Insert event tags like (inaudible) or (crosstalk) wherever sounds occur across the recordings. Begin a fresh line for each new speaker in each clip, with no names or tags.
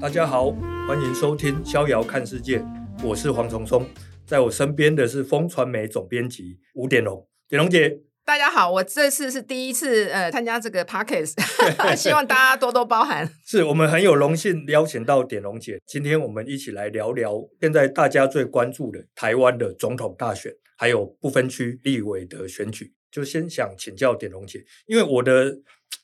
大家好，欢迎收听《逍遥看世界》，我是黄崇松，在我身边的是风传媒总编辑吴典龙，典龙姐。
大家好，我这次是第一次呃参加这
(laughs)
个 podcast，希望大家多多包涵。
是我们很有荣幸邀请到典龙姐，今天我们一起来聊聊现在大家最关注的台湾的总统大选，还有不分区立委的选举。就先想请教典龙姐，因为我的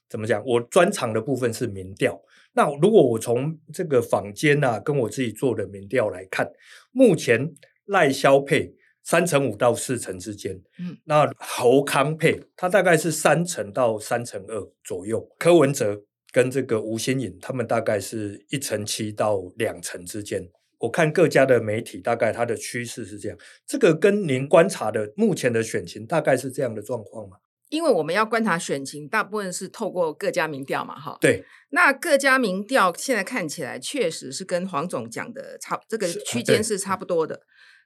怎么讲，我专长的部分是民调。那如果我从这个坊间啊，跟我自己做的民调来看，目前赖萧配三成五到四成之间，
嗯，
那侯康配他大概是三成到三成二左右，柯文哲跟这个吴新颖他们大概是一成七到两成之间。我看各家的媒体大概它的趋势是这样，这个跟您观察的目前的选情大概是这样的状况吗？
因为我们要观察选情，大部分是透过各家民调嘛，哈。
对，
那各家民调现在看起来确实是跟黄总讲的差，这个
是啊
区
对
间是差不多的。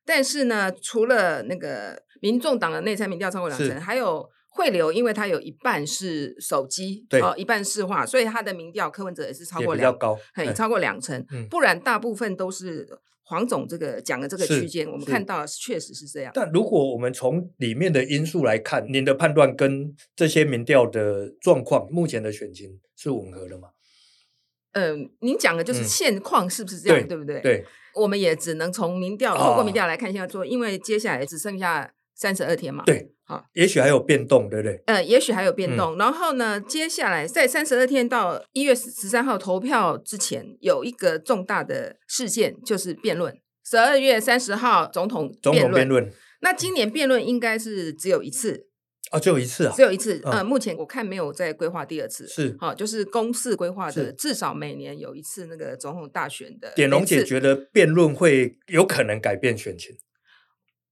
但是呢，除了那个民众党的内参民调超过两
是
成，还有汇流，因为它有一半是手机，
对
哦，一半市话，所以它的民调柯文哲也是超
也
过
比较
两
高，
很
哎
超过两成
嗯，
不然大部分都是黄总这个讲的这个
是
区间，我们
是
看到确实是这样。
但如果我们从里面的因素来看，您的判断跟这些民调的状况、目前的选情是吻合的吗？
嗯，您讲的就是
嗯
现况是不是这样，
对
对不对？，
对，
我们也只能从民调，
啊
透过民调来看一下做，因为接下来只剩下三十二天嘛。
对嗯
好，
也许还有变动，对不对？
呃，也许还有变动。然后呢，接下来在三十二天到一月十三号投票之前，有一个重大的事件就是辩论。十二月三十号总统
总
辩
统辩
论，
论
那今年辩论应该是只有一次，
啊，只有一次啊
只，有一次，
嗯
呃，目前我看没有在规划第二次。
是
好、就是公示规划
是
的，至少每年有一次那个总统大选的。
典龙姐觉得辩论会有可能改变选情，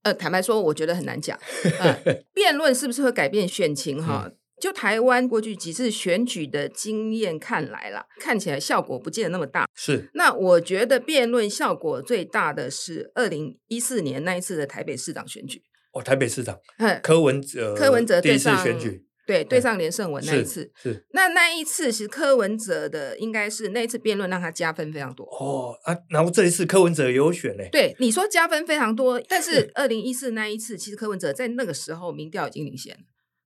呃，坦白说，我觉得很
(laughs)
难讲。呃辩论是不是会改变选情？哈、
嗯
就台湾过去几次选举的经验看来啦，看起来效果不见得那么大。
是
那我觉得辩论效果最大的是二零一四年那一次的台北市长选举。
哦，台北市长
嗯，
柯文哲
柯文哲
第一
对
次
上
选举
对，对上连胜文那一次
哎是。是
那那一次，其实柯文哲的应该是那一次辩论让他加分非常多。
哦啊，然后这一次柯文哲也有选呢，
对，你说加分非常多，但是二零一四那一次，其实柯文哲在那个时候民调已经领先了，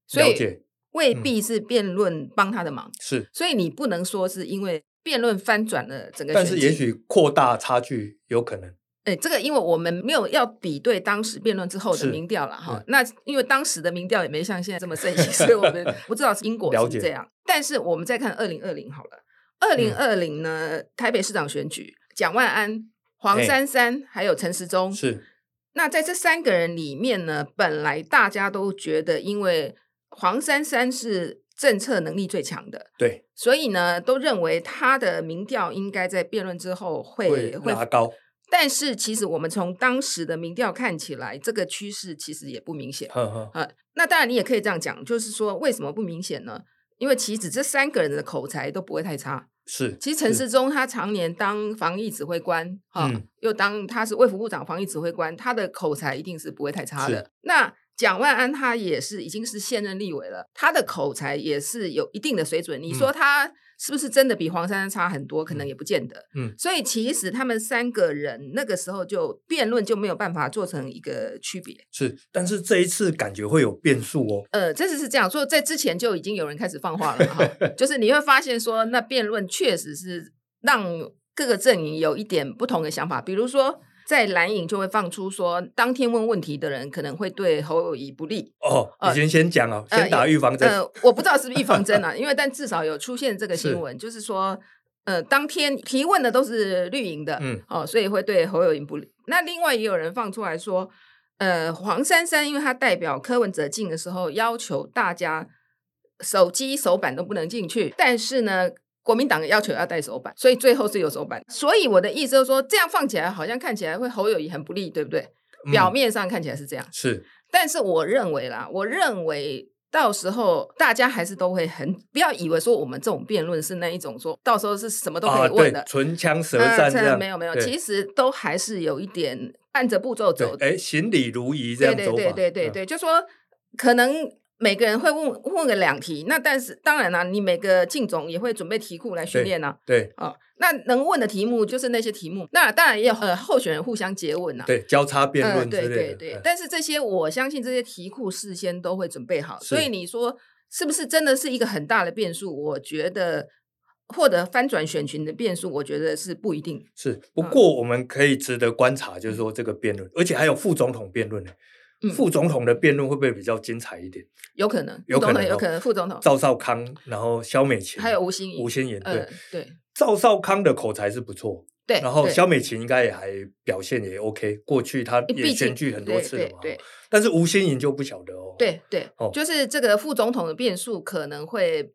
所
了
以
解嗯
未必是辩论帮他的忙，
是，
所以你不能说是因为辩论翻转了整个选
但
情。
是也许扩大差距有可能
哎，这个因为我们没有要比对当时辩论之后的
是
民调了哈
嗯，
那因为当时的民调也没像现在这么盛行，所以我
(laughs)
们不知道英国
了解嗯
是不是这样。但是我们再看二零二零好了，二零二零呢，台北市长选举，蒋万安、黄
哎
珊珊还有陈时中，
是
那在这三个人里面呢，本来大家都觉得，因为黄珊珊是政策能力最强的，
对
所以呢，都认为她的民调应该在辩论之后
会
会会
拉高，
但是其实我们从当时的民调看起来，这个趋势其实也不明显。
呵呵
呃，那当然你也可以这样讲，就是说为什么不明显呢？因为其实这三个人的口才都不会太差。
是
其实陈
是
世忠他常年当防疫指挥官啊，
嗯
又当他是卫福部长防疫指挥官，他的口才一定是不会太差
是
的。那蒋万安他也是已经是现任立委了，他的口才也是有一定的水准。你说他是不是真的比黄珊珊差很多？可能也不见得。
嗯嗯
所以其实他们三个人那个时候就辩论就没有办法做成一个区别。
是，但是这一次感觉会有变数哦。
呃，这次是这样说，在之前就已经有人开始放话了哈， (laughs) 就是你会发现说，那辩论确实是让各个阵营有一点不同的想法，比如说。在蓝营就会放出说，当天问问题的人可能会对侯友谊不利。
哦，
呃
以前先讲啊，
呃
先打预防针。
呃，我不知道是不是预
(laughs)
防针啊，因为但至少有出现这个新闻，就是说，呃，当天提问的都是绿营的，
嗯，
哦，所以会对侯友宜不利。那另外也有人放出来说，呃，黄珊珊因为她代表柯文哲进的时候，要求大家手机手板都不能进去，但是呢。国民党要求要带手板，所以最后是有手板。所以我的意思就是说，这样放起来好像看起来会侯友谊很不利，对不对？
嗯
表面上看起来是这样，
是
但是我认为啦，我认为到时候大家还是都会很不要以为说我们这种辩论是那一种说到时候是什么都可
啊，
以问的，
对，唇枪舌
呃
战
这
这样。
没有没有，
对
其实都还是有一点按着步骤
对
走，的。
哎，行礼如仪这
对
样
对
走法。
对对对
嗯
对，就说可能每个人会问问个两题，那但是当然啦、你每个进总也会准备题库来训练啊。
对
哦，那能问的题目就是那些题目，那当然也有呃候选人互相诘问啊。
对，交叉辩
嗯，
论之
对
类
对
的，
对，
嗯
但是这些我相信这些题库事先都会准备好，所
是
以你说是不是真的是一个很大的变数？我觉得获得翻转选群的变数，我觉得是不一定。
是。不
嗯
过我们可以值得观察，就是说这个辩论，而且还有副总统辩论呢
嗯。
副总统的辩论会不会比较精彩一点？
有可能，
有
总
可
统
能
有
哦
可能，副总统
赵少康，然后萧美琴，
嗯还有吴欣怡
吴欣颖，对
呃，对
赵少康的口才是不错，
对，
然后
对
萧美琴应该也还表现也 OK，过去她也
毕竟
选举很多次了嘛，
对
但是吴欣颖就不晓得哦，
对对对
哦
就是这个副总统的变数可能会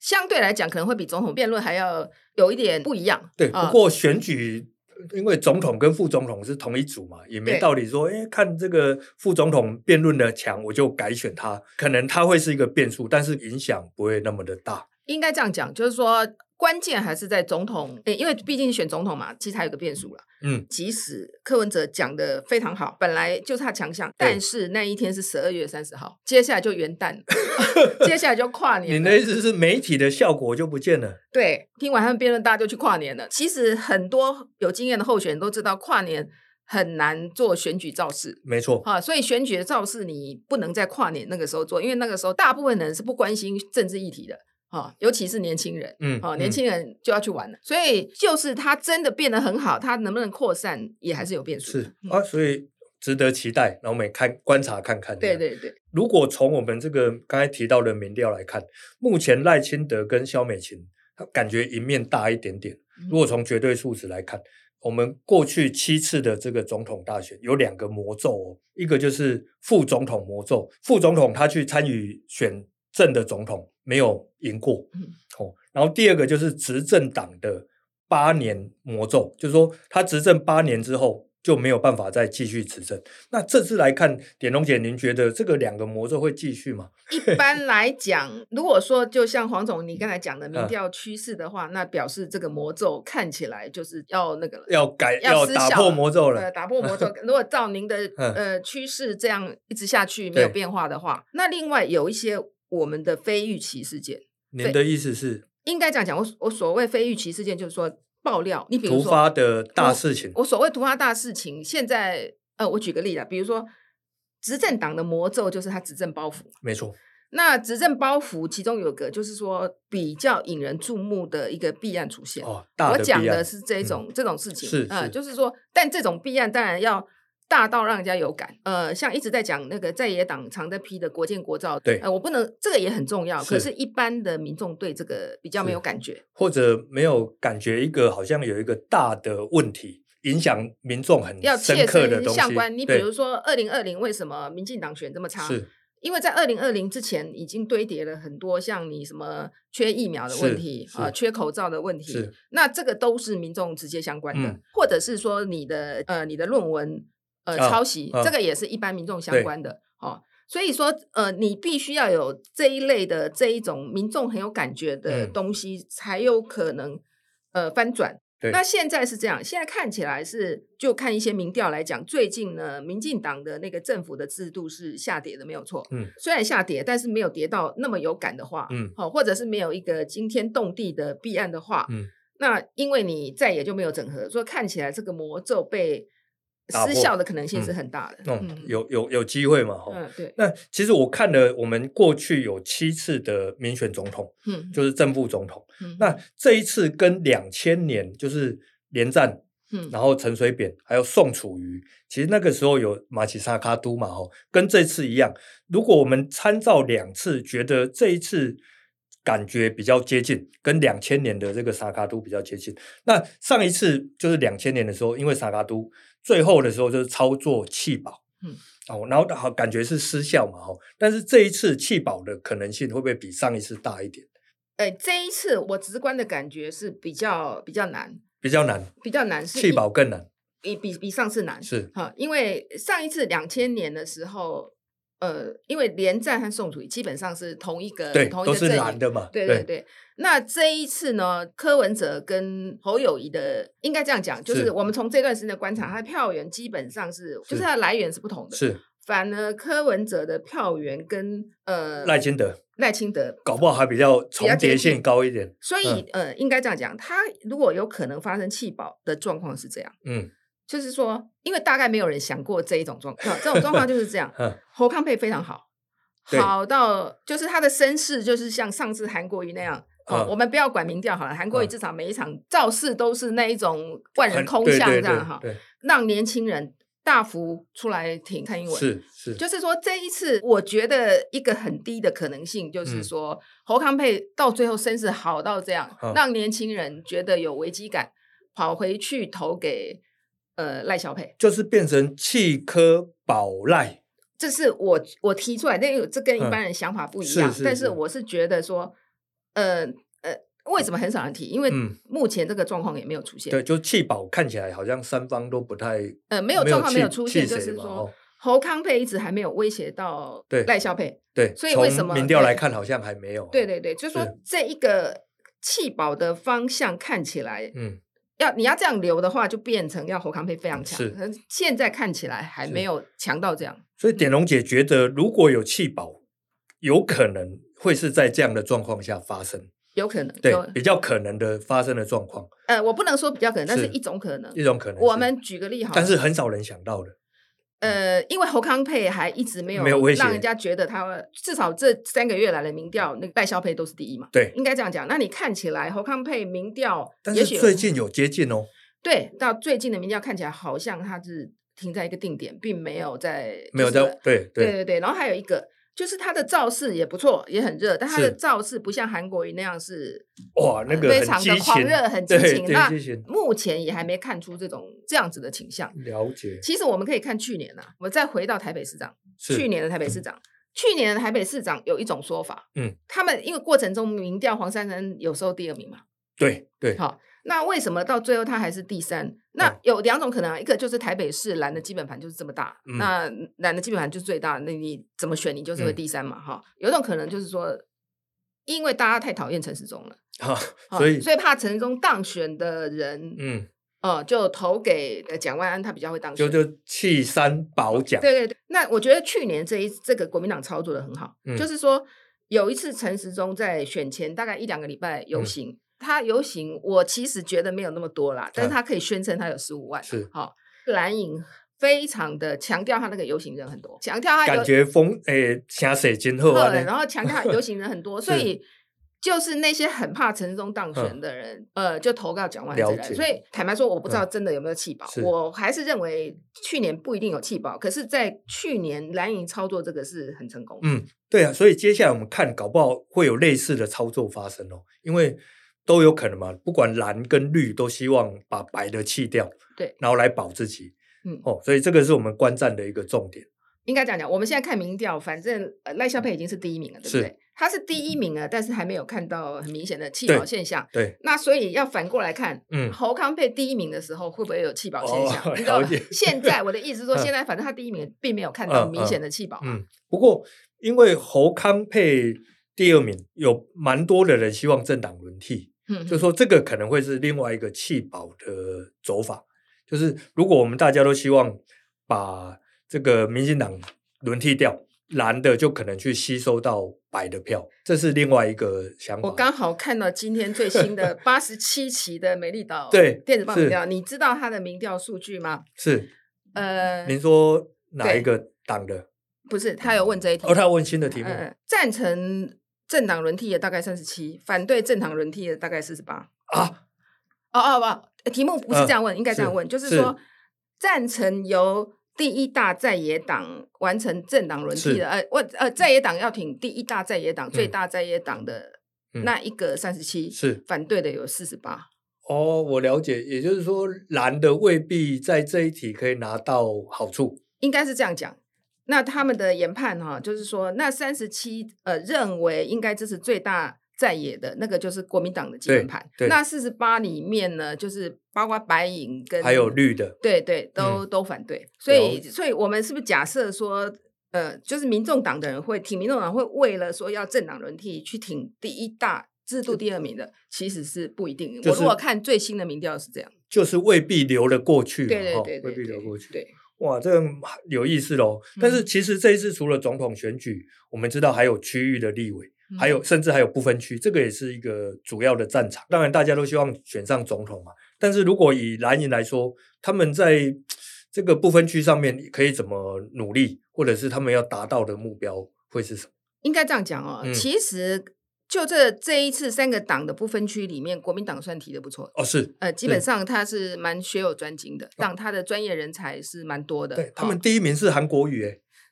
相对来讲，可能会比总统辩论还要有一点不一样。
对，
啊
不过选举。因为总统跟副总统是同一组嘛，也没
对
道理说，哎，看这个副总统辩论的强，我就改选他。可能他会是一个变数，但是影响不会那么的大。
应该这样讲，就是说关键还是在总统，诶，因为毕竟选总统嘛，其实还有个变数了。
嗯，
即使柯文哲讲的非常好，本来就是他强项，但是那一天是十二月三十号，接下来就元旦， (laughs) 接下来就跨
你
年了。
的意思是媒体的效果就不见了？
对，听完他们辩论，大家就去跨年了。其实很多有经验的候选人都知道，跨年很难做选举造势。
没错，
啊，所以选举的造势你不能在跨年那个时候做，因为那个时候大部分人是不关心政治议题的啊，尤其是年轻人。
嗯，
哦，年
嗯
轻人就要去玩了，所以就是它真的变得很好，它能不能扩散也还是有变数。嗯
是啊，所以值得期待。然后我们也看观察看看。
对
(laughs)
对对，
如果从我们这个刚才提到的民调来看，目前赖清德跟萧美琴，他感觉赢面大一点点。
嗯
如果从绝对数值来看，我们过去七次的这个总统大选有两个魔咒哦，一个就是副总统魔咒，副总统他去参与选正的总统没有赢过
嗯，
哦，然后第二个就是执政党的八年魔咒，就是说他执政八年之后。就没有办法再继续执政。那这次来看，典龙姐，您觉得这个两个魔咒会继续吗？
一般来讲，如果说就像黄总你刚才讲的民
嗯
调趋势的话，那表示这个魔咒看起来就是要那个了。
要改，
要失
打
效
破
了
魔咒
呃，
了。
打破魔
(laughs)
咒。如果照您的
嗯
呃趋势这样一直下去没有
对
变化的话，那另外有一些我们的非预期事件，
您的意思是
应该这样讲。我我所谓非预期事件，就是说爆料，你比如
突
说
发的大事情？
我所谓突发大事情，现在呃，我举个例啦，比如说执政党的魔咒就是他执政包袱。
没错，
那执政包袱其中有个就是说比较引人注目的一个弊案出现。
哦，大
我
的
讲
弊案嗯
的是这种、这种事情，
是
呃，
是
就是说，但这种弊案当然要大到让人家有感，呃，像一直在讲那个在野党常在批的国建国造，
对
呃，我不能这个也很重要，可
是
是，一般的民众对这个比较没有感觉，
或者没有感觉一个好像有一个大的问题影响民众很
要
深
切
刻的
身
东西。
相关。你比
对
如说，二零二零为什么民进党选这么差？
是
因为在二零二零之前已经堆叠了很多像你什么缺疫苗的问
是
题
是
啊、缺口罩的问题
是，
那这个都是民众直接相关的，
嗯
或者是说你的呃你的论文呃、
啊
抄袭，
啊
这个也是一般民众相
对
关的哦。所以说呃你必须要有这一类的这一种民众很有感觉的
嗯
东西，才有可能呃翻转。
对
那现在是这样，现在看起来是就看一些民调来讲，最近呢，民进党的那个政府的制度是下跌的，没有错。
嗯，
虽然下跌，但是没有跌到那么有感的话，
嗯，
哦，或者是没有一个惊天动地的弊案的话，
嗯，
那因为你再也就没有整合，所以看起来这个魔咒被
打
失
破
效的可能性是很大的。
嗯，有有有机会嘛？哈、
嗯，对，
那其实我看了我们过去有七次的民选总统，
嗯，
就是正副总统。
嗯
那这一次跟两千年就是连战
嗯
然后陈水扁还有宋楚瑜，其实那个时候有马奇萨卡都嘛吼，跟这次一样，如果我们参照两次，觉得这一次感觉比较接近，跟两千年的这个萨卡都比较接近。那上一次就是两千年的时候，因为萨卡都最后的时候就是操作弃保。
嗯
哦，然后好感觉是失效嘛，吼，但是这一次弃保的可能性会不会比上一次大一点？
呃，这一次我直观的感觉是比较比较难，
比较难，
比较难是
弃
一呃
保更难，
比比比上次难，
是
哈，因为上一次两千年的时候，呃，因为连战和宋楚瑜基本上是同一个
对，
同一
都
个
是
阵
蓝
营。
的嘛，
对对对，那这一次呢，柯文哲跟侯友谊的，应该这样讲，就是是我们从这段时间的观察，他的票源基本上是，就是是它的来源是不同的。
是
反而柯文哲的票源跟呃
赖清德
赖清德
搞不好还比较重叠性高一点。
所以、
嗯
呃，应该这样讲，他如果有可能发生弃保的状况是这样，
嗯。
就是说，因为大概没有人想过这一种状况，这种状况就是这样
嗯，
侯康佩非常好，
对
好到就是他的身世就是像上次韩国瑜那样。哦
嗯，
我们不要管民调好了。韩国瑜
嗯
至少每一场造势都是那一种万人
很
空
对
巷
对
这样哈，
对对
让年轻人大幅出来挺蔡英文。
是是，
就是说这一次，我觉得一个很低的可能性，
嗯
就是说、侯康佩到最后身世好到这样，
嗯
让年轻人觉得有危机感，跑回去投给呃赖小佩。
就是变成弃科保赖，
这是我我提出来，那这跟一
嗯
般人想法不一
是
样，
是
但
是
是我是觉得说，呃呃，为什么很少人提？因为
嗯
目前这个状况也没有出现，
对，就弃保看起来好像三方都不太
呃，没有状况
弃
没有出现，
弃
就
谁
是
嘛
说
哦
侯康佩一直还没有威胁到
对
赖小佩。
对，
所以为
从
什么
民调
对
来看好像还没有？啊
对，对对，就是说
是
这一个弃保的方向看起来，
嗯，
要你要这样留的话，就变成要侯康佩非常强。
是
可是现在看起来还没有强到这样。
所以典荣姐觉得如果有弃保，有可能会是在这样的状况下发生，
有可能，
对
有，
比较可能的发生的状况，
呃，我不能说比较可能，但是
是
一种可能
一。种可能是。
我们举个例好了，
但是很少人想到的，
呃，因为侯康佩还一直没有
没有威胁
让人家觉得他至少这三个月来的民调，那个赖萧佩都是第一嘛，
对。
应该这样讲。那你看起来侯康佩民调，
但
也
是
许
最近有接近哦，
对到最近的民调看起来好像他是停在一个定点，并没有在
没有
就是
在对
对
对
对对，然后还有一个就是他的造势也不错，也很热，但他的
是
造势不像韩国瑜那样是
哇，那个
非
很
常
激
的狂
情，
热、
(laughs)
很激
对
情。
对
那
激情嗯
目前也还没看出这种这样子的倾向。
了解
其实我们可以看去年啊，我们再回到台北市长，
是
去年的台北市长，去年的台北市长有一种说法，
嗯，
他们因为过程中民调黄珊珊有时候第二名嘛，
对对
好、那为什么到最后他还是第三？那
嗯
有两种可能啊，一个就是台北市蓝的基本盘就是这么大，
嗯
那蓝的基本盘就是最大，那你怎么选你就是会
嗯
第三嘛，哈、有一种可能就是说，因为大家太讨厌陈时中了，
哈，
哈
所以
所以怕陈时中当选的人，
嗯，
呃，就投给呃蒋万安，他比较会当选。啊
就就弃三保奖，
对对对，那我觉得去年这一这个国民党操作的很好，
嗯
就是说有一次陈时中在选前大概一两个礼拜
嗯
游行，他游行我其实觉得没有那么多啦，
嗯
但是他可以宣称他有十五万，
是
好、蓝营非常的强调他那个游行人很多，强调他
感
有
觉风诶，下水今后啊
对，然
呢，
后强调游行人很多，所以就是那些很怕陈时中当选的人，呃，就投到蒋万安这
嗯了
来。
解嗯
所以坦白说，我不知道真的有没有弃保，
是
我还是认为去年不一定有弃保，可是，在去年蓝营操作这个是很成功的。
嗯，对啊，所以接下来我们看，搞不好会有类似的操作发生哦，因为都有可能嘛，不管蓝跟绿都希望把白的弃掉，
对，
然后来保自己，
嗯
哦，所以这个是我们观战的一个重点，
应该这样讲，我们现在看民调，反正呃赖萧佩已经是第一名了，对
是嗯
不对？他是第一名了，但是还没有看到很明显的弃
对
保现象。
对，
那所以要反过来看，
嗯，
侯康佩第一名的时候，会不会有弃保现象？
哦
你知道
(laughs) 了
吗
解？
现在我的意思是说，
嗯
现在反正他第一名并没有看到
嗯
明显的弃保嘛。
嗯，不过因为侯康配第二名，有蛮多的人希望政党轮替，
嗯，
就说这个可能会是另外一个弃保的走法，就是如果我们大家都希望把这个民进党轮替掉，蓝的就可能去吸收到白的票，这是另外一个想法。
我刚好看到今天最新的八十七期的美丽岛
嗯对
电子报
是
民调，你知道它的民调数据吗？
是
呃，
您说哪
对
一个党的？
不是，他有问这一题。
哦，他问新的题目，
呃，赞成政党轮替的大概三十七，反对政党轮替的大概四十八。
啊，
哦哦不，呃题目不是这样问，应该这样问，就是是说赞成由第一大在野党完成政党轮替
是
的，呃，我呃在野党要挺第一大在野党、最
嗯
大在野党的
嗯
那一个三十七，
是
反对的有四十八。
哦，我了解，也就是说蓝的未必在这一题可以拿到好处，
应该是这样讲。那他们的研判哈、就是说，那三十七呃认为应该支持最大在野的那个就是国民党的基本盘
对对。
那四十八里面呢，就是包括白银跟
还有，绿的，
对对，都、都反对。所
嗯了
以，所以我们是不是假设说，呃，就是民众党的人会挺民众党，会为了说要政党轮替去挺第一大制度第二名的，其实是不一定。
就
我
是
如果看最新的民调是这样，
就是未必流了过去嘛，
对对
哈
对对
未必
对
流过去。
对，嗯
哇，这个有意思喽。但是其实这一次除了总统选举，我们知道还有区域的立委，
嗯
还有甚至还有不分区，这个也是一个主要的战场。当然，大家都希望选上总统嘛。但是如果以蓝营来说，他们在这个不分区上面可以怎么努力，或者是他们要达到的目标会是什么？
应该这样讲哦。
嗯
其实就这这一次三个党的不分区里面，国民党算提的不错。
哦，是
呃，基本
是
上他是蛮学有专精的，让他的专业人才是蛮多的。
啊对他
哦
们第一名是韩国瑜，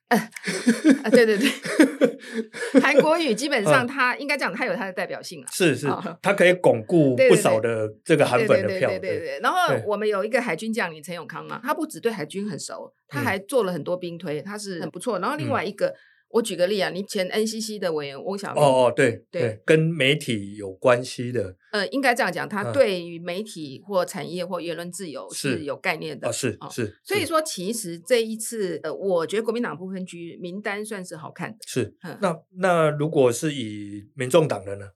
哎，
(laughs) 啊，
(laughs)
对对对，韩国语基本
嗯
上他应该讲，他有他的代表性啊。
是是
哦，
他可以巩固
对对
不
对
少的这个韩
对对
粉的
对
票。
对对对。然后
对
我们有一个海军将领陈永康嘛，他不只对海军很熟，他
嗯
还做了很多兵推，他是很不错。然后另
嗯
外一个，我举个例啊，你前 NCC 的委员翁小明，
哦哦，对
对
对，跟媒体有关系的
呃，应该这样讲，他
嗯
对于媒体或产业或言论自由
是
是有概念的。
啊，是
哦
是，
所以
是
说，其实这一次，呃，我觉得国民党部分局名单算是好看的。
是
嗯
那那如果是以民众党的呢，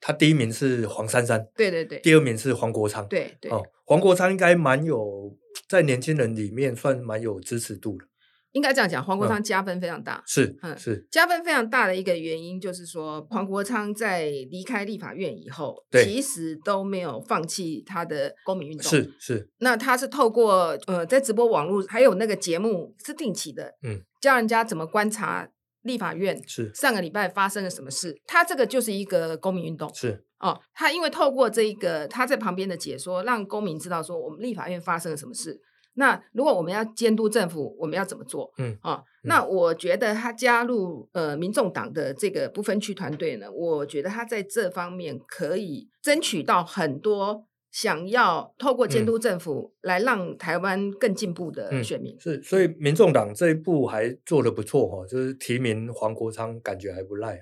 他第一名是黄珊珊，
对对对，
第二名是黄国昌，
对对，
哦，黄国昌应该蛮有在年轻人里面算蛮有支持度的，
应该这样讲，黄国
嗯
昌加分非常大。
是
嗯
是
加分非常大的一个原因就是说，黄国昌在离开立法院以后，
嗯对
其实都没有放弃他的公民运动。，
是是，
那他是透过呃，在直播网络还有那个节目是定期的，
嗯，
教人家怎么观察立法院
是
上个礼拜发生了什么事。他这个就是一个公民运动
是
哦，他因为透过这一个他在旁边的解说，让公民知道说我们立法院发生了什么事。那如果我们要监督政府，我们要怎么做？
嗯，
哦，那我觉得他加入呃民众党的这个不分区团队呢，我觉得他在这方面可以争取到很多想要透过监督政府来让台湾更进步的
嗯
选民。
是，所以民众党这一步还做的不错哦，就是提名黄国昌，感觉还不赖，啊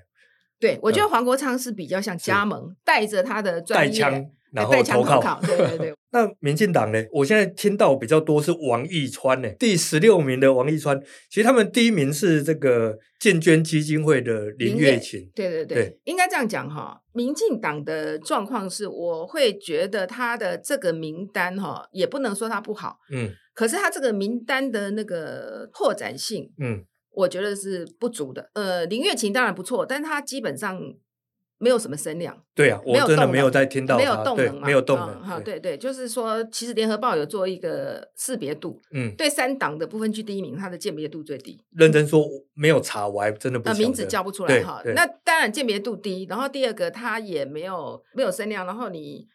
对我觉得黄国昌是比较像加盟，带着他的
嗯
专
带
业呃哎
枪。然
带
后
枪
投靠，
投靠，对对对，
那民进党呢？我现在听到比较多是王义川呢，第十六名的王义川，其实他们第一名是这个建捐基金会的林
林
月
月
琴，
对对对，
对
应该这样讲哈。民进党的状况是，我会觉得他的这个名单哈，也不能说他不好，
嗯
可是他这个名单的那个拓展性，
嗯，
我觉得是不足的。呃，林月琴当然不错，但他基本上没有什么声量，
对啊，
没有
我真的
动
没有
能
在听到
没
他，
有动
对
能嘛，
没有动
嗯哈、
能，对，
对对，就是说，其实联合报有做一个识别度，
嗯，
对三党的部分区第一名，他的鉴别度最低。
认真说没有查，我还真的不
呃，
晓得
名字叫不出来
对
哈。
对
那当然鉴别度低，然后第二个他也没有没有声量，然后你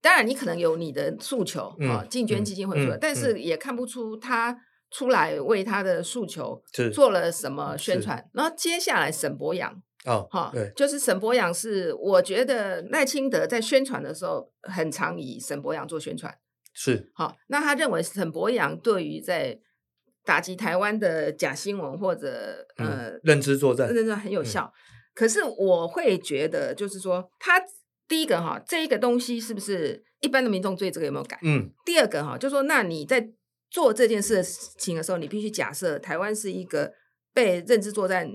当然你可能有你的诉求啊、
嗯
哦进捐基金会出来，
嗯嗯
但是也看不出他出来为他的诉求
是
做了什么宣
是
传。然后接下来沈博洋
哦，
哈、
对，
就是沈博洋是我觉得赖清德在宣传的时候很常以沈博洋做宣传。
是
好、那他认为沈博洋对于在打击台湾的假新闻或者呃、
嗯，认知作战
真的很有效。可是我会觉得，就是说，他第一个哈，这一个东西是不是一般的民众对这个有没有感？
嗯
第二个哈，就说那你在做这件事情的时候，你必须假设台湾是一个被认知作战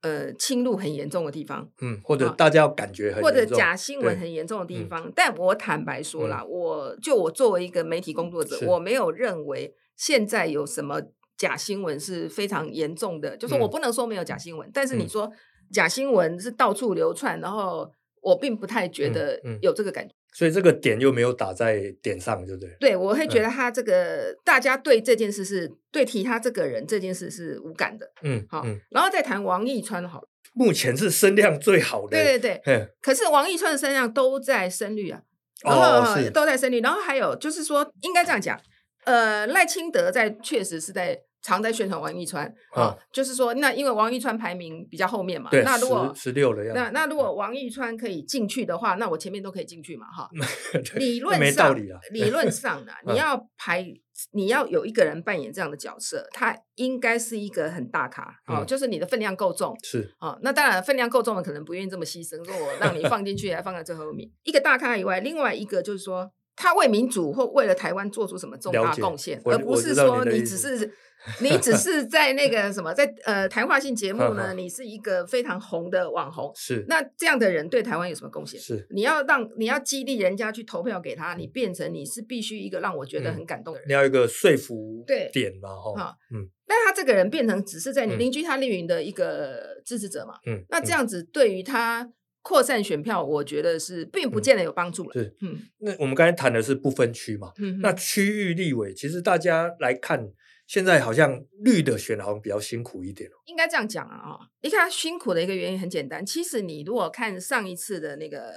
呃侵入很严重的地方，
嗯，或者
啊
大家要感觉很
或者
严重
假新闻
对
很严重的地
嗯
方。但我坦白说啦，我就我作为一个媒体工作者
是，
我没有认为现在有什么假新闻是非常严重的，就是我
嗯
不能说没有假新闻，但是你
嗯
说假新闻是到处流窜，然后我并不太觉
嗯
得
嗯
有这个感觉。
所以这个点又没有打在点上，对不对？
对，我会觉
嗯
得他这个、大家对这件事是对提他这个人这件事是无感的。
嗯，
好
嗯，
然后再谈王一川好了，
目前是声量最好的，
对对对，
嗯，
可是王一川的身上都在深绿啊，然后、
哦是
都在深绿，然后还有就是说，应该这样讲，呃，赖清德在确实是在常在宣传王一川啊、
啊
就是说，那因为王一川排名比较后面嘛，
对，
啊那如果
十六的样子，嗯
那那如果王一川可以进去的话，那我前面都可以进去嘛，哈。
对
理
那
论上，
没道理啦，啊嗯
理论
(laughs)
上呢，你要排，你要有一个人扮演这样的角色，他应该是一个很大咖哦，
嗯
就是你的分量够重，
是
哦，那当然，分量够重的
(laughs)
可能不愿意这么牺牲，说我让你放进去，还放在最后面。一个大咖以外，另外一个就是说，他为民主或为了台湾做出什么重大
了解
贡献，
我
而不
我
是
知道
说
你的
你
意
只
思
是你只是在那个什么，在呃谈话性节
(laughs)
目呢，你是一个非常红的网红，
是
那这样的人对台湾有什么贡献？
是
你要让你要激励人家去投票给他，你变成你是必须一个让我
嗯
觉得很感动的人。
你要有一个说服
对
点嘛，哈
啊，
嗯，
但他这个人变成只是在你
嗯
邻居他丽云的一个支持者嘛，
嗯，
那这
嗯。
样子对于他扩散选票，我觉得是并不见得有帮助了。
是
嗯，
那我们刚才谈的是不分区嘛，
嗯
那
嗯
区域立委其实大家来看，现在好像绿的选好像比较辛苦一点哦。
应该这样讲啊啊、你看他辛苦的一个原因很简单，其实你如果看上一次的那个，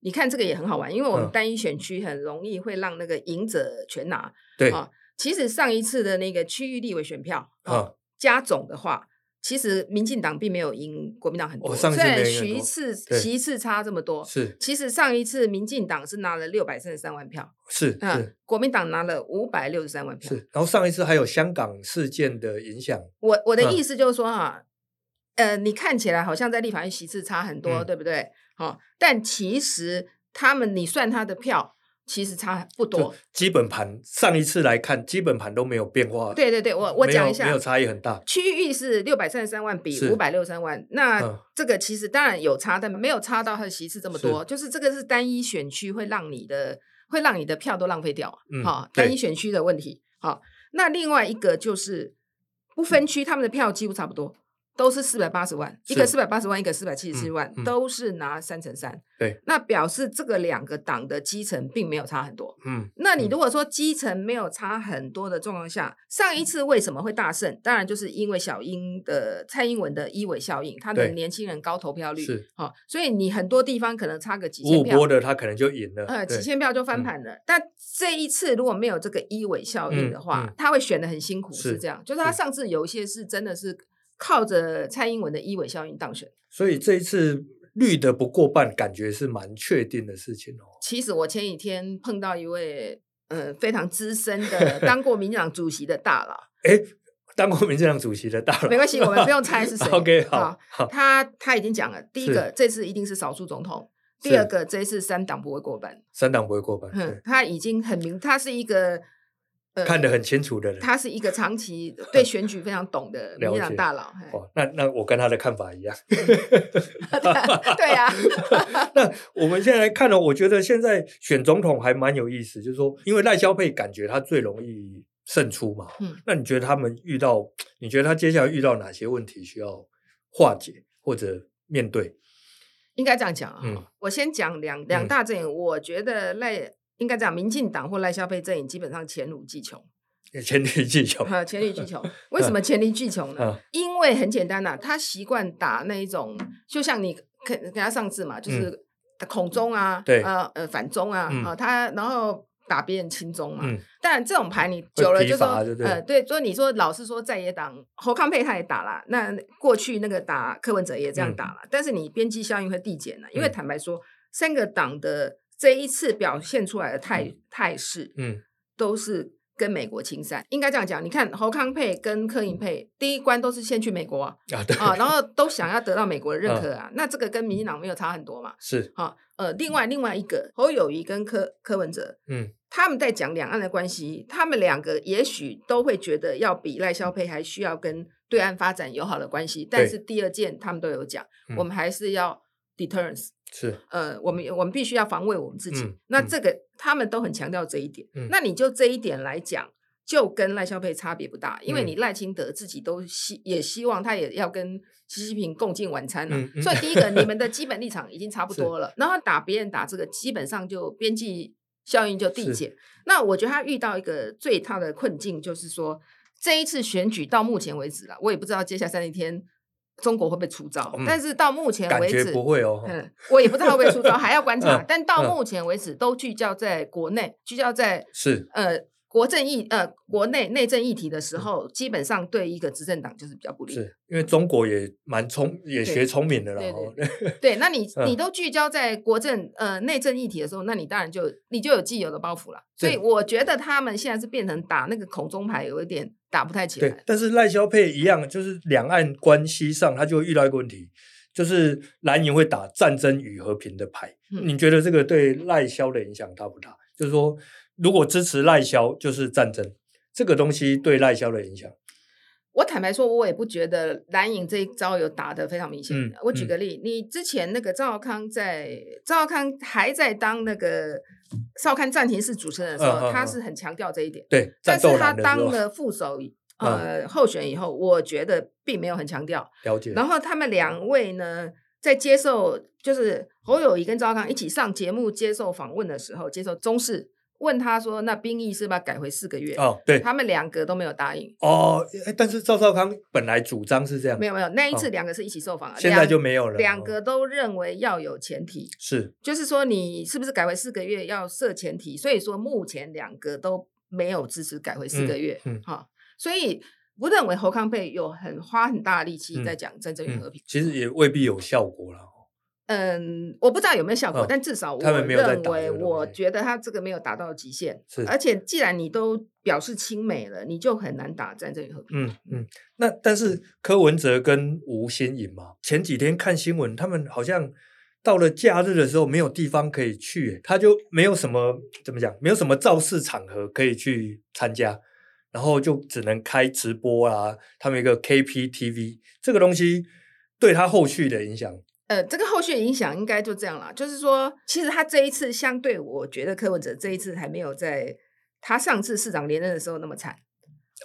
你看这个也很好玩，因为我们
嗯
单一选区很容易会让那个赢者全拿。
对，
啊其实上一次的那个区域立委选票啊、
啊，
加总的话，其实民进党并没有赢国民党很
哦
多，
上一
虽
次没有
然
赢很
席
多
次
对
席次差这么多，
是
其实上一次民进党是拿了六百三十三万票，
是
啊、
是
国民党拿了五百六十三万票。
是。然后上一次还有香港事件的影响，
我我的
嗯
意思就是说哈、呃，你看起来好像在立法院席次差很多，
嗯
对不对？好、但其实他们你算他的票，其实差不
就
多。
基本盘上一次来看，基本盘都没有变化。
对对对，我我
没
讲
有
一下，
没有差异很大。
区域是六百三十三万比
是
五百六三万，那
嗯
这个其实当然有差，但没有差到它的席次这么多。就是这个是单一选区会让你的会让你的票都浪费掉啊
嗯，
哈、
对
单一选区的问题。好、那另外一个就是不分区，他们的票几乎差不多，都是四百八十万，一个
是
四百八十万，一个四百七十四万，
嗯嗯
都是拿三乘三。
对，
那表示这个两个党的基层并没有差很多。
嗯，
那你
嗯
如果说基层没有差很多的状况下，上一次为什么会大胜？当然就是因为小英的蔡英文的一尾效应，她的
对
年轻人高投票率，
是
好、所以你很多地方可能差个几
吴
千
武波
票，
的他可能就赢了。
呃，
对嗯
几千票就翻盘了。但这一次如果没有这个一尾效应的话，
嗯嗯
他会选的很辛苦，是
是
这样。就是他上次有一些是真的是靠着蔡英文的一尾效应当选。
所以这一次绿的不过半，感觉是蛮确定的事情哦。
其实我前几天碰到一位。呃，非常资深的当过民进党主席的大佬，
哎，当过民进党主席的大佬，
(laughs) 没关系，我们不用猜是谁。
OK，好，好，
他他已经讲了，第一个这次一定是少数总统，第二
是
个这一次三党不会过半。
(laughs) 三党不会过半，
哼
对，
他已经很明，他是一个呃，
看得很清楚的人。
他是一个长期对选举非常
(laughs)
懂的民进
了解
党大佬。嘿
哦，那那我跟他的看法一样。
(laughs)
(laughs)
对啊呀、
那我们现在来看呢、哦我觉得现在选总统还蛮有意思，就是说，因为赖萧佩感觉他最容易胜出嘛。
嗯，
那你觉得他们遇到，你觉得他接下来遇到哪些问题需要化解或者面对？
(laughs) 应该这样讲啊。
嗯
我先讲两两大阵营，我觉得赖应该讲民进党或赖萧佩阵营基本上黔驴技穷，呃
前嗯提技巧
哈，黔驴
(laughs)
技穷。为什么黔驴技穷呢？
啊，
因为很简单呐、他习惯打那一种，就像你跟跟他上次嘛，就是孔中啊，
嗯对
呃呃反中啊，啊、
嗯
他然后打别人亲中嘛。
嗯，
但这种牌你久了
会疲
就说
乏对不对
呃对，说你说老是说在野党侯康佩他也打啦，那过去那个打柯文哲也这样打了，但是你边际效应会递减了，因为
嗯
坦白说，三个党的这一次表现出来的态、态势，
嗯，
都是跟美国亲善，应该这样讲。你看侯康佩跟柯
嗯
银佩第一关都是先去美国啊，
(laughs) 啊，对，
啊，然后都想要得到美国的认可
嗯
啊，那这个跟民进党没有差很多嘛，
是，
啊，呃，另外另外一个侯友谊跟柯柯文哲，
嗯，
他们在讲两岸的关系，他们两个也许都会觉得要比赖萧佩还需要跟对岸发展友好的关系，但
对
是第二件他们都有讲，
嗯
我们还是要 deterrence，
是，
呃，我们我们必须要防卫我们自己。
嗯
那
嗯
这个、他们都很强调这一点。
嗯
那你就这一点来讲，就跟赖萧佩差别不大，因为
嗯
你赖清德自己都希也希望他也要跟习近平共进晚餐了、
嗯嗯
所以第一个，你们的基本立场已经差不多了，然后打别人打这个，基本上就边际效应就递
是
减。那我觉得他遇到一个最大的困境，就是说这一次选举到目前为止了，我也不知道接下来三十天。中国会不会出招？
嗯
但是到目前
感
为
觉
止，
不会哦。
嗯，我也不知道会不会出
(laughs)
招，还要观察
嗯。
但到
嗯
目前为止，都聚焦在国内，聚焦在
是，
呃国政议呃国内内政议题的时候，基本上对一个执政党就是比较不利。
嗯是因为中国也蛮聪，也学聪明的了
嗯对
(laughs) 哦。
对，那你
嗯
你都聚焦在国政呃内政议题的时候，那你当然就你就有既有的包袱了。所以
对
我觉得他们现在是变成打那个孔中牌，有一点打不太起
对
来，。
但是赖萧佩一样，就是两岸关系上，他就会遇到一个问题，就是蓝营会打战争与和平的牌。
嗯
你觉得这个对赖萧的影响大不大？就是说，如果支持赖萧，就是战争，这个东西对赖萧的影响。
我坦白说，我也不觉得蓝营这一招有打得非常明显。
嗯
我举个例，你之前那个赵少康在赵少康还在当那个少康暂停室主持人的时
嗯
候，
嗯嗯
他是很强调这一点。
对，
但
战
是
斗
他
蓝的嗯时
当
候，
了副手以，呃，候选以后，我觉得并没有很强调。
了解。
然后他们两位呢，在接受就是侯友谊跟赵少康一起上节目接受访问的时候，接受中视问他说：“那兵役是不是要改回四个月？”
哦，对，
他们两个都没有答应。
哦，哎但是赵少康本来主张是这样，
没有没有，那一次
哦
两个是一起受访，
现在就
两
没有了。
两
哦
个都认为要有前提，
是
就是说你是不是改为四个月要设前提，所以说目前两个都没有支持改回四个月，
嗯嗯
哈、所以不认为侯康佩有很花很大的力气
嗯
在讲战争与
嗯
和平，
其实也未必有效果了。
嗯我不知道有没有效果，
哦
但至少我
他们没有在
认
打这
为，
个东
我
西
觉得他这个没有达到极限，
是
而且既然你都表示亲美了，你就很难打战争与和平。
嗯嗯，那但是柯文哲跟吴新颖嘛，前几天看新闻，他们好像到了假日的时候没有地方可以去耶，他就没有什么怎么讲，没有什么造势场合可以去参加，然后就只能开直播啊，他们有一个 KPTV 这个东西对他后续的影响，
呃，这个后续影响应该就这样啦。就是说，其实他这一次相对，我觉得柯文哲这一次还没有在他上次市长连任的时候那么惨。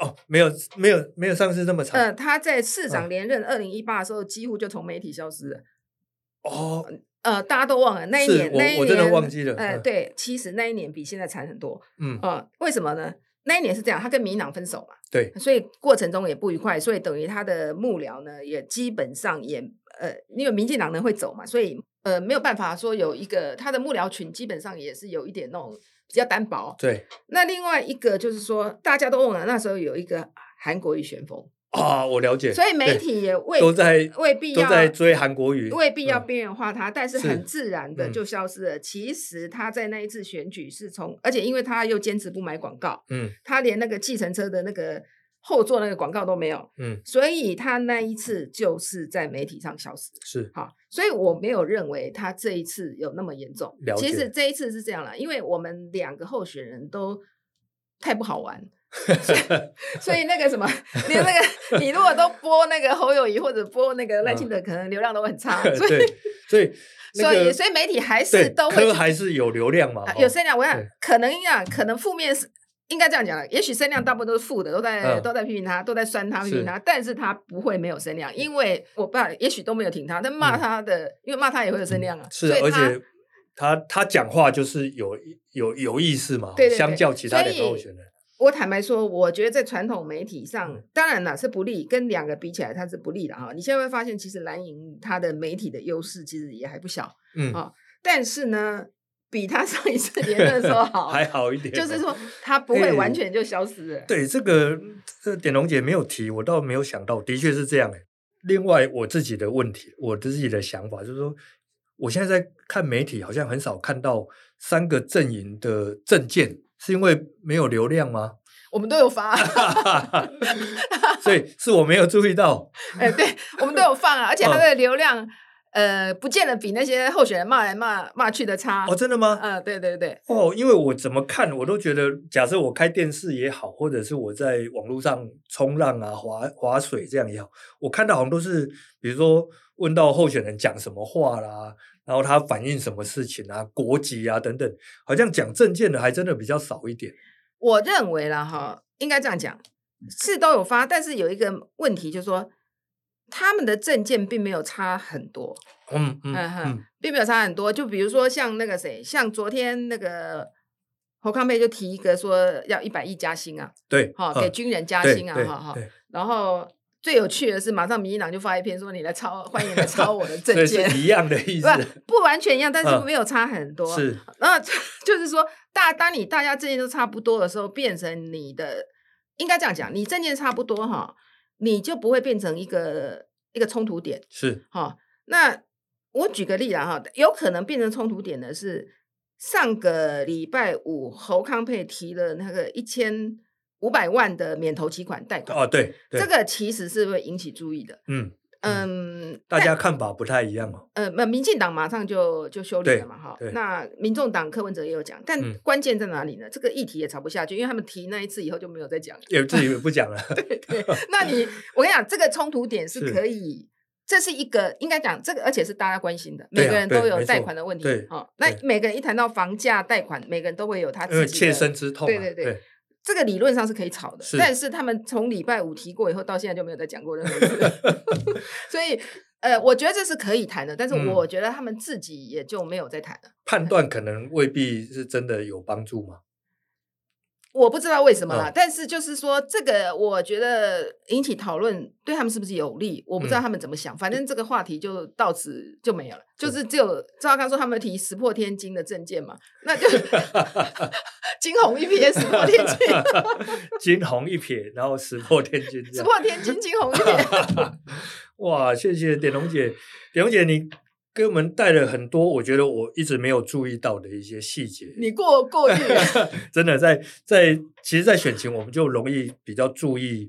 哦，没有没有没有上次那么长、
呃，他在市长
嗯
连任二零一八的时候，几乎就从媒体消失了。
哦，
呃，大家都忘了那一
是
年，
我
那一年
我真的忘记了
呃，
嗯
对，其实那一年比现在惨很多。
嗯，
呃，为什么呢？那一年是这样，他跟民党分手嘛。
对，
所以过程中也不愉快，所以等于他的幕僚呢，也基本上也呃，因为民进党人会走嘛，所以呃没有办法说有一个他的幕僚群基本上也是有一点那种比较单薄。
对
那另外一个就是说，大家都忘了那时候有一个韩国瑜旋风，
啊，我了解，
所以
对
媒体也未
都在
未必
都
要
在追韩国瑜，
未必要
嗯
边缘化他，但是
是
很自然的
嗯
就消失了。其实他在那一次选举是从，而且因为他又坚持不买广告，
嗯
他连那个计程车的那个后座那个广告都没有，
嗯
所以他那一次就是在媒体上消失。
是
好，所以我没有认为他这一次有那么严重
了。
其
解
实这一次是这样啦，因为我们两个候选人都太不好玩，
(laughs)
所以那个什么，你那个你如果都播那个侯友谊或者播那个赖清德，可能流量都很
(laughs)
差。啊所以
啊对，所以那
所以
个
所以媒体还
对
是都会
科
去
还是有流量嘛
啊，
哦
有声量，我想
对
可能讲，可能负面是应该这样讲了。也许声量大部分都是负的，都在、
嗯
都在批评他，都在酸他、批评
是
他，但是他不会没有声量，因为我爸也许都没有挺他，但骂
嗯
他的，因为骂他也会有声量啊。
是，
所以
而
他
且他他讲话就是有有有意思嘛，
对对对
相较其他
所
两个候
以
选人，
我坦白说，我觉得在传统媒体上
嗯，
当然啦是不利，跟两个比起来，它是不利的啊哈。你现在会发现，其实蓝营它的媒体的优势其实也还不小，
嗯，
啊但是呢，比他上一次
(laughs)
连任的时候好，
还好一点哦，
就是说他不会完
哎
全就消失了。
对这个这点龙姐没有提，我倒没有想到，的确是这样诶。另外，我自己的问题，我自己的想法就是说，我现在在看媒体，好像很少看到三个阵营的政见，是因为没有流量吗？ (laughs)
我们都有发。
所以是我没有注意到，
哎，对，我们都有放啊，而且它
嗯
的流量，呃，不见得比那些候选人骂来骂骂去的差。
哦，真的吗？
嗯，对对对，
哦，因为我怎么看，我都觉得，假设我开电视也好，或者是我在网络上冲浪啊、划划水这样也好，我看到好像都是，比如说问到候选人讲什么话啦，然后他反映什么事情啊、国籍啊等等，好像讲证件的还真的比较少一点。
我认为啦哈，应该这样讲，是都有发，但是有一个问题就是说，他们的证件并没有差很多，
嗯嗯
嗯哼，
嗯，
并没有差很多。就比如说像那个谁，像昨天那个侯康佩就提一个说要一百亿加薪啊，
对，
哈、
嗯
给军人加
对
薪啊，
对
哈哈。
对
然后最有趣的是，马上民进党就发一篇说你来抄，欢迎你来抄我的
(laughs)
证
所以
件。
是一样的意思，
(laughs) 不不完全一样，但是
嗯
没有差很多。，
是
那 (laughs) 就是说，大当你大家证件都差不多的时候，变成你的应该这样讲，你证件差不多哈，你就不会变成一个一个冲突点
是，
哈。那我举个例啦哈，有可能变成冲突点的是上个礼拜五侯康佩提了那个一千五百万的免头期款贷款，
哦，对，对
这个其实是会引起注意的。
嗯
嗯，
大家看法不太一样哦。
呃，那民进党马上就就修理了嘛，哈
对。对
那民众党柯文哲也有讲，但
嗯
关键在哪里呢？这个议题也吵不下去，因为他们提那一次以后就没有再讲了。
也自己也不
(laughs)
讲了，
那
(laughs)
你，我跟你讲，这个冲突点是
是
可以，这是一个应该讲这个，而且是大家关心的，
对啊
每个人
对
都有
没
贷
错
款的问题
对
哦。那
对
每个人一谈到房价贷款，每个人都会有他
因为
自己
切
的
身之痛、啊。
对对对这个理论上是可以吵的，
是
但是他们从礼拜五提过以后，到现在就没有再讲过任何一次， (laughs) 所以呃，我觉得这是可以谈的，但是
嗯
我觉得他们自己也就没有再谈了。
判断可能未必是真的有帮助 (laughs) 嘛。
我不知道为什么啦，
嗯
但是就是说，这个我觉得引起讨论对他们是不是有利，我不知道
嗯
他们怎么想。反正这个话题就到此就没有了，就是只有赵刚说他们提石破天惊的证件嘛，
(laughs)
那就惊鸿一瞥，石破天惊，
惊鸿一瞥，然后石破天 (laughs) 惊这样。
石破天惊，惊鸿一瞥。
(laughs) 哇，谢谢点龙姐，点龙姐你给我们带了很多，我觉得我一直没有注意到的一些细节。
你过过去
(laughs)
了，
真的在在，其实，在选情我们就容易比较注意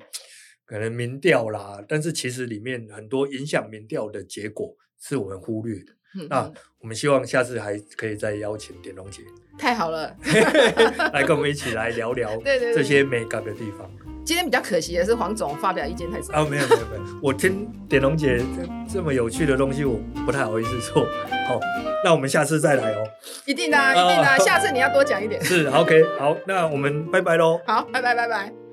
可能民调啦，但是其实里面很多影响民调的结果是我们忽略的。
嗯
那我们希望下次还可以再邀请点龙姐 (laughs)
太好了。
来跟我们一起来聊聊
对对对
这些美感的地方。
今天比较可惜的是，黄总发表意见
(laughs)
太少。
啊，没有没有没有，我听点龙姐这这么有趣的东西，我不太好意思做。好，那我们下次再来哦。
一定的啊、一定的啊、
啊
下次你要多讲一点。
是，OK，好，那我们拜拜喽。
好，拜拜，拜拜。